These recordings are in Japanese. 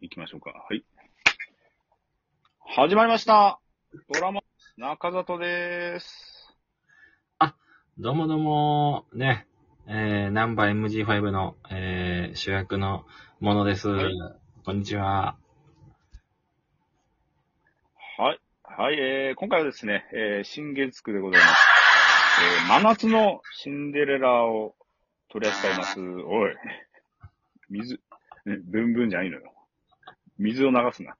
行きましょうか。はい。始まりましたドラマ、中里です。どうもどうも、ね、えー、ナンバー MG5 の、えー、主役のものです。はいこんにちは。はい。はい、えー、今回はですね、えー、新月9でございます。えー、真夏のシンデレラを取り扱います。おい。水、ねブンブンじゃないのよ。水を流すな。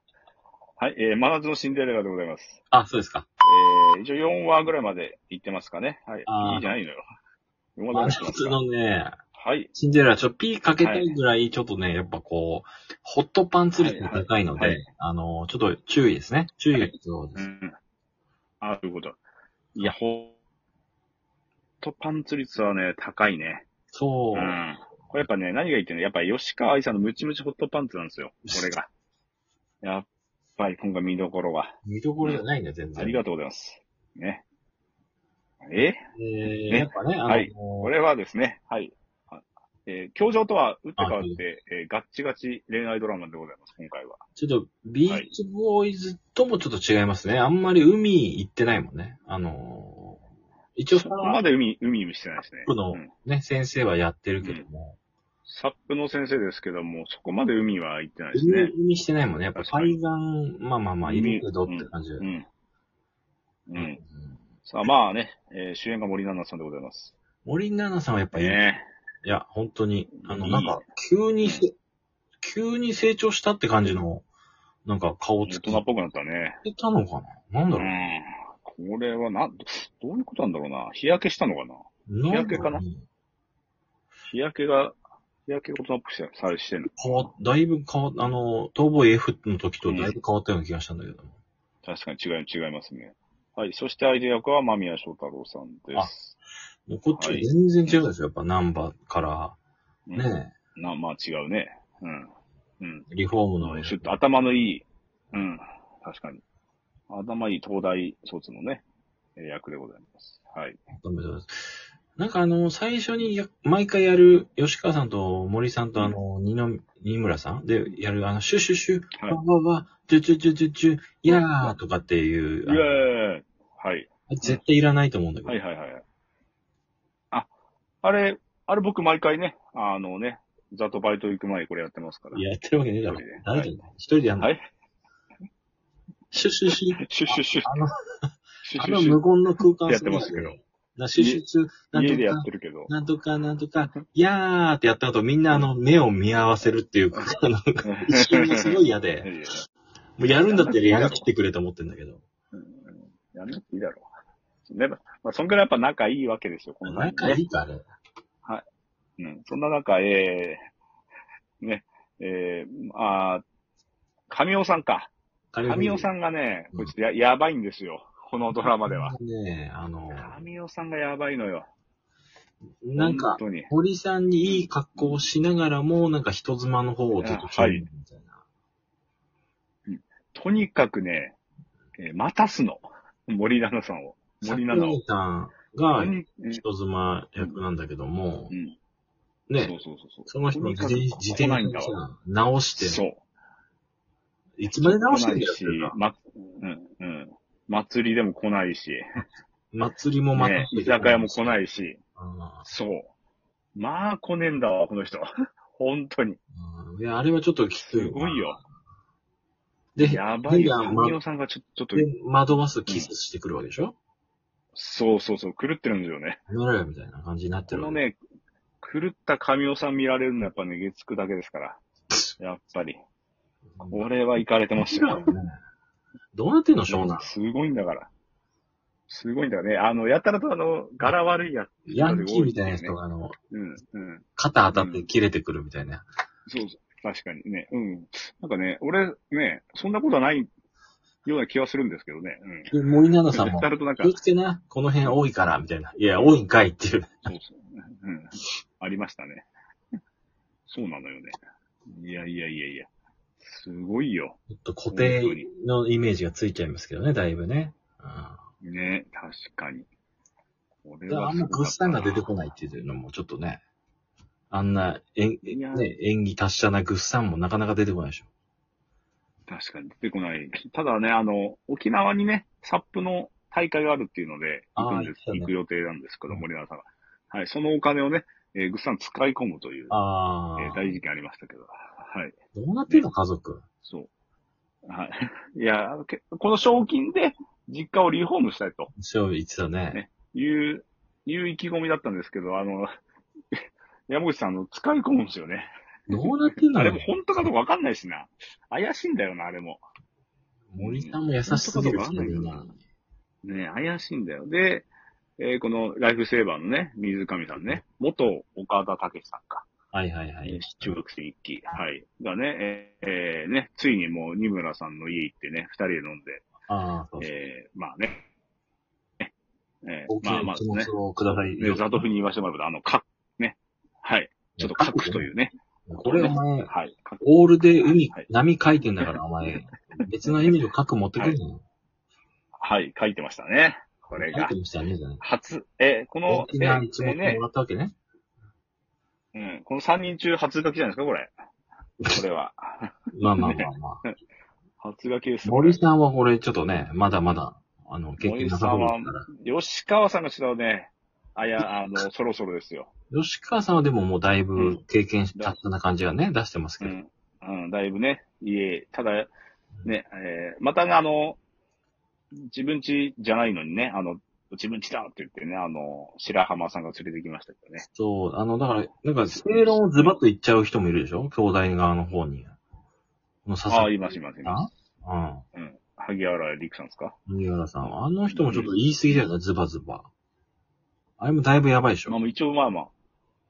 はい、えー、真夏のシンデレラでございます。あ、そうですか。えー、一応4話ぐらいまで行ってますかね。はい。あーいいじゃないのよ。4話ぐまらあ、い行ってます夏か。のね、はい。シンデレラ、ちょ、ピーかけたいぐらい、ちょっとね、やっぱこう、ホットパンツ率が高いので、はいはいあの、ちょっと注意ですね。注意が必要でうす。ん。ああ、ということ。いや、ホットパンツ率はね、高いね。そうう、ん。これやっぱね、何が言ってね、やっぱ吉川愛さんのムチムチホットパンツなんですよ。これが。やっぱり今回見どころは。見どころじゃないんだよ、全然。ありがとうございます。ね。ええー、ねやっぱね、あの、はいこれはですね、はい。あえー、教場とは打って変わって、えーガッチガチ恋愛ドラマでございます、今回は。ちょっと、ビーチボーイズともちょっと違いますね。あんまり海行ってないもんね。あの、一応、そこまで海、海にしてないですね。僕のうんね、先生はやってるけども、サップの先生ですけども、そこまで海は行ってないです海、ね。海してないもんね。やっぱ確かに海岸、まあまあまあ、いるけどって感じ。う。うんうん。さあ、まあね、えー主演が森七菜さんでございます。森七菜さんはやっぱいい。ねいや、本当に、あの、いいなんか、急にせう急に成長したって感じの、なんか顔大つき人っぽくなったね。てたのかななんうだろう。ん。これはな、どういうことなんだろうな。日焼けしたのかな日日焼けかな日焼けが、日焼けが大人っぽくしてされしてるの。変わだいぶ変わあの、逃亡 F の時とだいぶ変わったような気がしたんだけど。確かに違い、違いますね。はい。そして相手役は間宮祥太郎さんです。もうこっちは全然違うでしょ。やっぱナンバーから、うん、ね、な、まあ違うね。うん。うん。リフォームの。ちょっと頭のいい、うん、確かに。頭いい東大卒のね、えー役でございます。はい。おめでとうございます。なんかあの、最初にや、毎回やる、吉川さんと森さんとあの、二の、二村さんでやる、あの、シュシュシュ、はいわわわ、チュチュチュチュチュ、やーとかっていう、イェーあイのはい。絶対いらないと思うんだけど。はいはいはい。あ、あれ、あれ僕毎回ね、あのね、ザとバイト行く前にこれやってますから。やってるわけねえだろ一人で。誰だよ。一人でやんの、はい。シュシュシュ、シュッシュッシュッ。あのシュッあシュッのシュ無ッ。言の空間やってますけど。なシュシュシュ、なん家でやとっかて、る けど。なんとか、なんとか、やーってやった後、みんなあの、目を見合わせるっ ていう、あの、一瞬がすごいい嫌やで、いやもうやるんだったらやりきってくれと思ってんだけど。やんなくていいだろう。ね、まあ、そんぐらいやっぱ仲いいわけですよ、この三人仲ねいいか、あれ。うん、そんな中、えー、ね、えー、あー神尾さんか。神尾さんんがね、うんこれちょっとややばいんですよ。このドラマでは。。ねえ、あの、神尾さんがやばいのよ。なんか、本当に。堀さんにいい格好をしながらも、なんか人妻の方をずっとはいみたいな。とにかくね、えー待たすの。森七菜さんを。森七菜を。桜井さんうがん、人妻役なんだけどもう、んそねう、そうそうその人の自転とにかく自転来ないん車だをわさ直しそう。て、そう。いつまで直して来なんいるだよしそれが、ま、うん、うん。祭りでも来ないし、祭りもまたね、居酒屋も来ないし。あそう。まあ、来ねえんだわ、この人。 本当に。ーうんいや、あれはちょっときついすごいよ。で、やばいよ。変な神尾さんがちょちょっと、で惑わすキスしてくるわけでしょそうそうそう、狂ってるんですよね。やめろよ、みたいな感じになってこるわのけ。ね、狂った神尾さん見られるのはやっぱね、月9だけです から。やっぱり。俺は行かれてましたよ。 どうなってんの、湘南。すごいんだから。すごいんだからね。あの、やたらとあの、柄悪いやつ。ヤンキーみたいな人が、あの、うん、うん。肩当たって切れてくるみたいな。そうそう。確かにね。うん。なんかね、俺、ね、そんなことはないような気はするんですけどね。うん。で、森七菜さんやもた、らとなんか気を、つけな、この辺多いから、みたいな。いや、多いんかいっていう。そうそう。うん。ありましたね。そうなのよね。いやいやいやいや。すごいよ。ちょっと固定のイメージがついちゃいますけどね、だいぶね。ね、確かに。こうれん、はあんまグッサンが出てこないい。っていうのもちょっとね、あんな演いやね、演技達者なグッサンもなかなか出てこないでしょ。確かに出てこない。ただね、あの、沖縄にね、サップの大会があるっていうので、あ行ーくんです、言ってたね行く予定なんですけど、うん森永さんが。はい、そのお金をね、えーぐっさん使い込むという、あえーあ、大事件ありましたけど。はい、どうなってんの、家族。そう。はい。い や、けこの賞金で実家をリフォームしたいとそう言ってたね。いう、いう意気込みだったんですけど、あの、 山口さん、あの、使い込むんですよね。どうなってんのあれも本当かどうかわかんないしな。怪しいんだよな、あれも。森さんも優しすぎる人いるな。ね、怪しいんだよ。で、えーこのライフセーバーのね、水上さんね、元岡田武史さんか、はいはいはえーい。中学生一期、はい、がね、えーえーね、ついにもう、二村さんの家行ってね、二人で飲んで、ああ、そうそう。えーまあね、え大ーきまあまなあ気持ねち、をください。ねザトフに言わせてもらえば、あの、か、ね、はい、ちょっと書くというね、これお前、はい、書くオールで海はい、波書いてんだから、お前。別の意味で書く持ってくるの。はい、書いてましたね、これ書いがて。ましたねえじゃない。初、えーこの大、きな一え目ーねも、らったわけね。うん、この3人中初書きじゃないですか、これ。これは。 まあまあまあまあ。初書きです、森さんはこれちょっとね、まだまだ、あの、経験森さなさそんうですはから。、吉川さんが違うね。あ、いや、あの、そろそろですよ。吉川さんはでももうだいうぶ経験したな感じがね、出してますけうど。ん。うん、だいぶね、家、ただ、ね、えーまたね、あの、自分家じゃないのにね、あの、自分家だって言ってね、あの、白浜さんが連れてきましたけどね。そう、あの、だから、なんか、正論をズバッと言っちゃう人もいるでしょ兄弟側の方に。この佐ああ、々木います、います、います。さんうん。萩原陸さんですかうん。三浦さんは。あの人もちょっと言い過ぎだよね、ズバズバ。あれもだいぶやばいでしょまあ、一応まあまあ、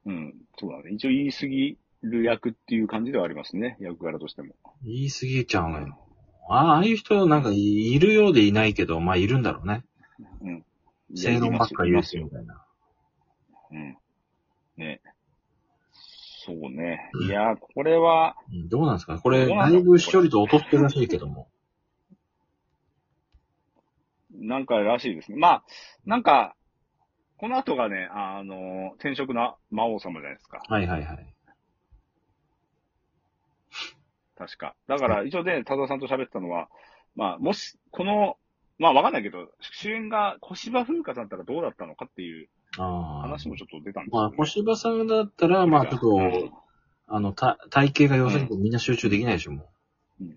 うん、そうだね。一応言い過ぎる役っていう感じではありますね、役柄としても。言い過ぎちゃうのよ。ああ、ああいう人なんかいいるようでいないけど、まあいるんだろうね。うん。いや正論ばっかりい言うますしよみ。たいな。うん。ね。そうね。いやー、これは、うんどうなんですかこれ、どうなだんだいぶ視聴率落としてるらしいけども。 なんからしいですね。まあ、なんか、この後がね、あの、転職の魔王様じゃないですか。はいはいはい。確か。だから、一応ね、田沢さんと喋ってたのは、まあ、もし、この、まあ、わかんないけど、主演が小芝風花さんだったらどうだったのかっていうああ。話もちょっと出たんですまあ、けどね小芝さんだったら、まあ、ちょっと、あの、た体型が良すぎてみんな集中できないでしょ、もう。うん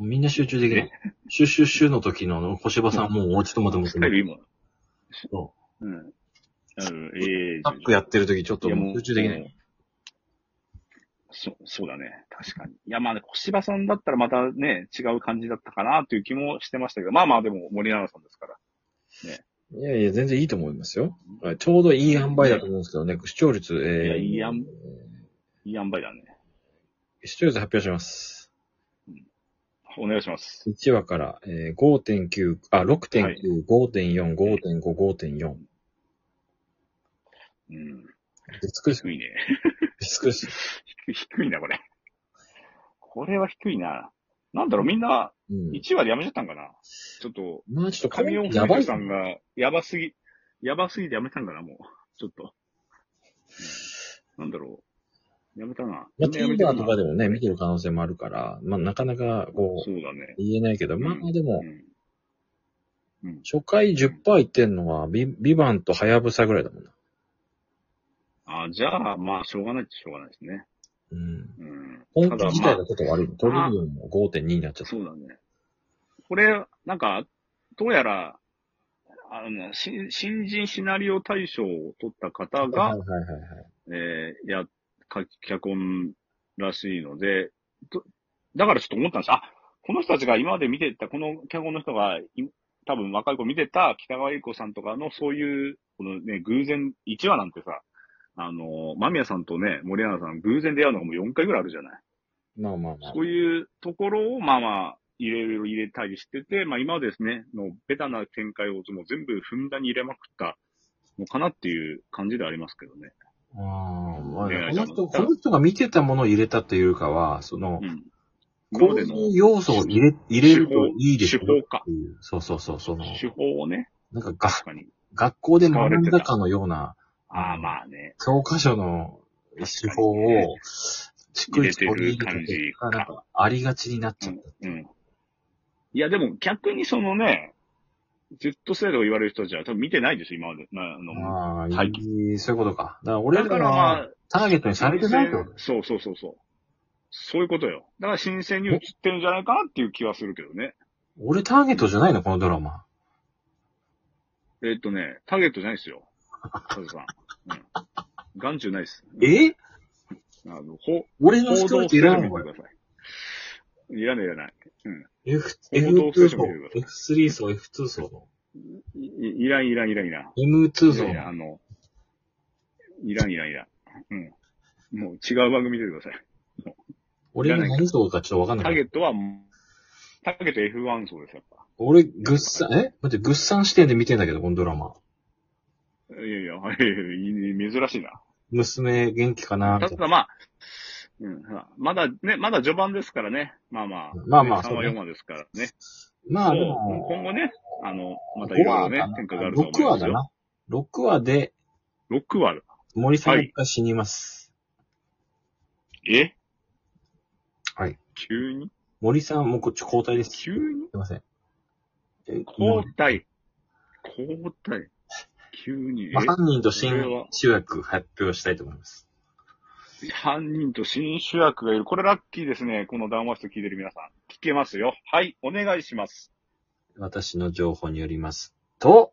みんな集中できない。シュッシュッシュの時の小芝さんはもう落ちとまとうんもスタイル今。そうん。うん、ええタックやってる時ちょっといやもう集中できなもうい。そそうだね。確かに。いや、まあね、小芝さんだったらまたね、違う感じだったかなという気もしてましたけど、まあまあでも森永さんですから。いやいや、全然いいと思いますよ。はいちょうどいい塩梅だと思うんですけどね、視聴率、いや、えーいいやん、いい塩梅だね。視聴率発表します。お願いします。 1話から、えー、5.9、あ、6.9、はい5.4、5.5、5.4。うん。美しい、低いね。 美しい。低い低いな、これ。これは低いな。なんだろう、みんなうん。 1話でやめちゃったんかな。ちょっと、まあちょっと、神尾やば文いさんがやばすぎ、やばすぎてやめたんかな、もう。ちょっと。うんなんだろう。やめたな。まあ、みんなやめてる TVer なとかでもね、見てる可能性もあるから、まあなかなか、こう、そうだね。言えないけど、まあでも、うん初回10%いってんのは、ビビバンとハヤブサぐらいだもんな。あじゃあ、まあ、しょうがないっちゃしょうがないですね。うん。うん。本た気だ、自ま体あが、ちょっと悪い。トリリオンも5.2になっちゃった。そうだね。これ、なんか、どうやら、あのね、新新人シナリオ大賞を取った方はいはがい、はいはい。えー、や、か脚本らしいので、とだからちょっと思ったんです。あ、この人たちが今まで見てた、この脚本の人が、い多分若い子見てた北川由里子さんとかのそういう、このね、偶然、1話なんてさ、あの、間宮さんとね、森永さん偶然出会うのがもう4回ぐらいあるじゃない。まあまあまあ。そういうところを、まあまあ、入れ入れたりしてて、まあ今はですね、のベタな展開をもう全部ふんだんに入れまくったのかなっていう感じではありますけどね。ああ、まあ、こいやのじゃ人、あこの人が見てたものを入れたというかは、そのう、ん。こ今まうでのいう要素を入れ、入れるといいでしょ手法かっていうそうそうそう、その、手法をね、なんかが確かに。学校で学んだかのようなああ、まあね。教科書の手法確かにを、逐一入れてる取り入れてる感じかなんか、ありがちになっちゃった。うん。いや、でも逆にそのね、ずっとセールを言われる人たちは多分見てないですよ、今まで。なあのああ、はいいい、そういうことか。だから俺だかららまあは、ターゲットにされてないってことそうそうそうそう。そういうことよ。だから新鮮に映ってるんじゃないかなっていう気はするけどね。俺ターゲットじゃないのこのドラマ。えっとね、ターゲットじゃないですよ。カズさん。うん。眼中ないです。えあの、ほ、俺報のストー道リーステいーらジん見のてこくれ。ださい。いらないいらない。 F、報道ステージ見てく F2 層、F3 層、F2 層、いいいらんいらんいらんいらん。 M2 層いやい。やあの、いらんいらんいらん。うん。もう違う番組見ててください。俺が何層かちょっとわかんタなーゲい。ットはもう、ターゲット F1 層です、やっぱ。俺、ぐっさん、え待って、ぐっさん視点で見てんだけど、このドラマ。いやいや、はい珍しいな。娘元気かなみたたいな。だまあ、うん、まだね、まだ序盤ですからね。まあまあ。まあまあ3話そうね4話ですからね。まあでもうも、今後ね、あの、またい5ろ話いだろなね、変化があると思6いま話すだよ。な。6話で6話だ。森さんが死にます。えはい。急に森さん、もうこっち交代です。す急にいません。え交代。交代。急に。えまあ犯人と新それは主役発表したいと思います。犯人と新主役がいる。これラッキーですね。この談話室聞いてる皆さん。聞けますよ。はい、お願いします。私の情報によりますと、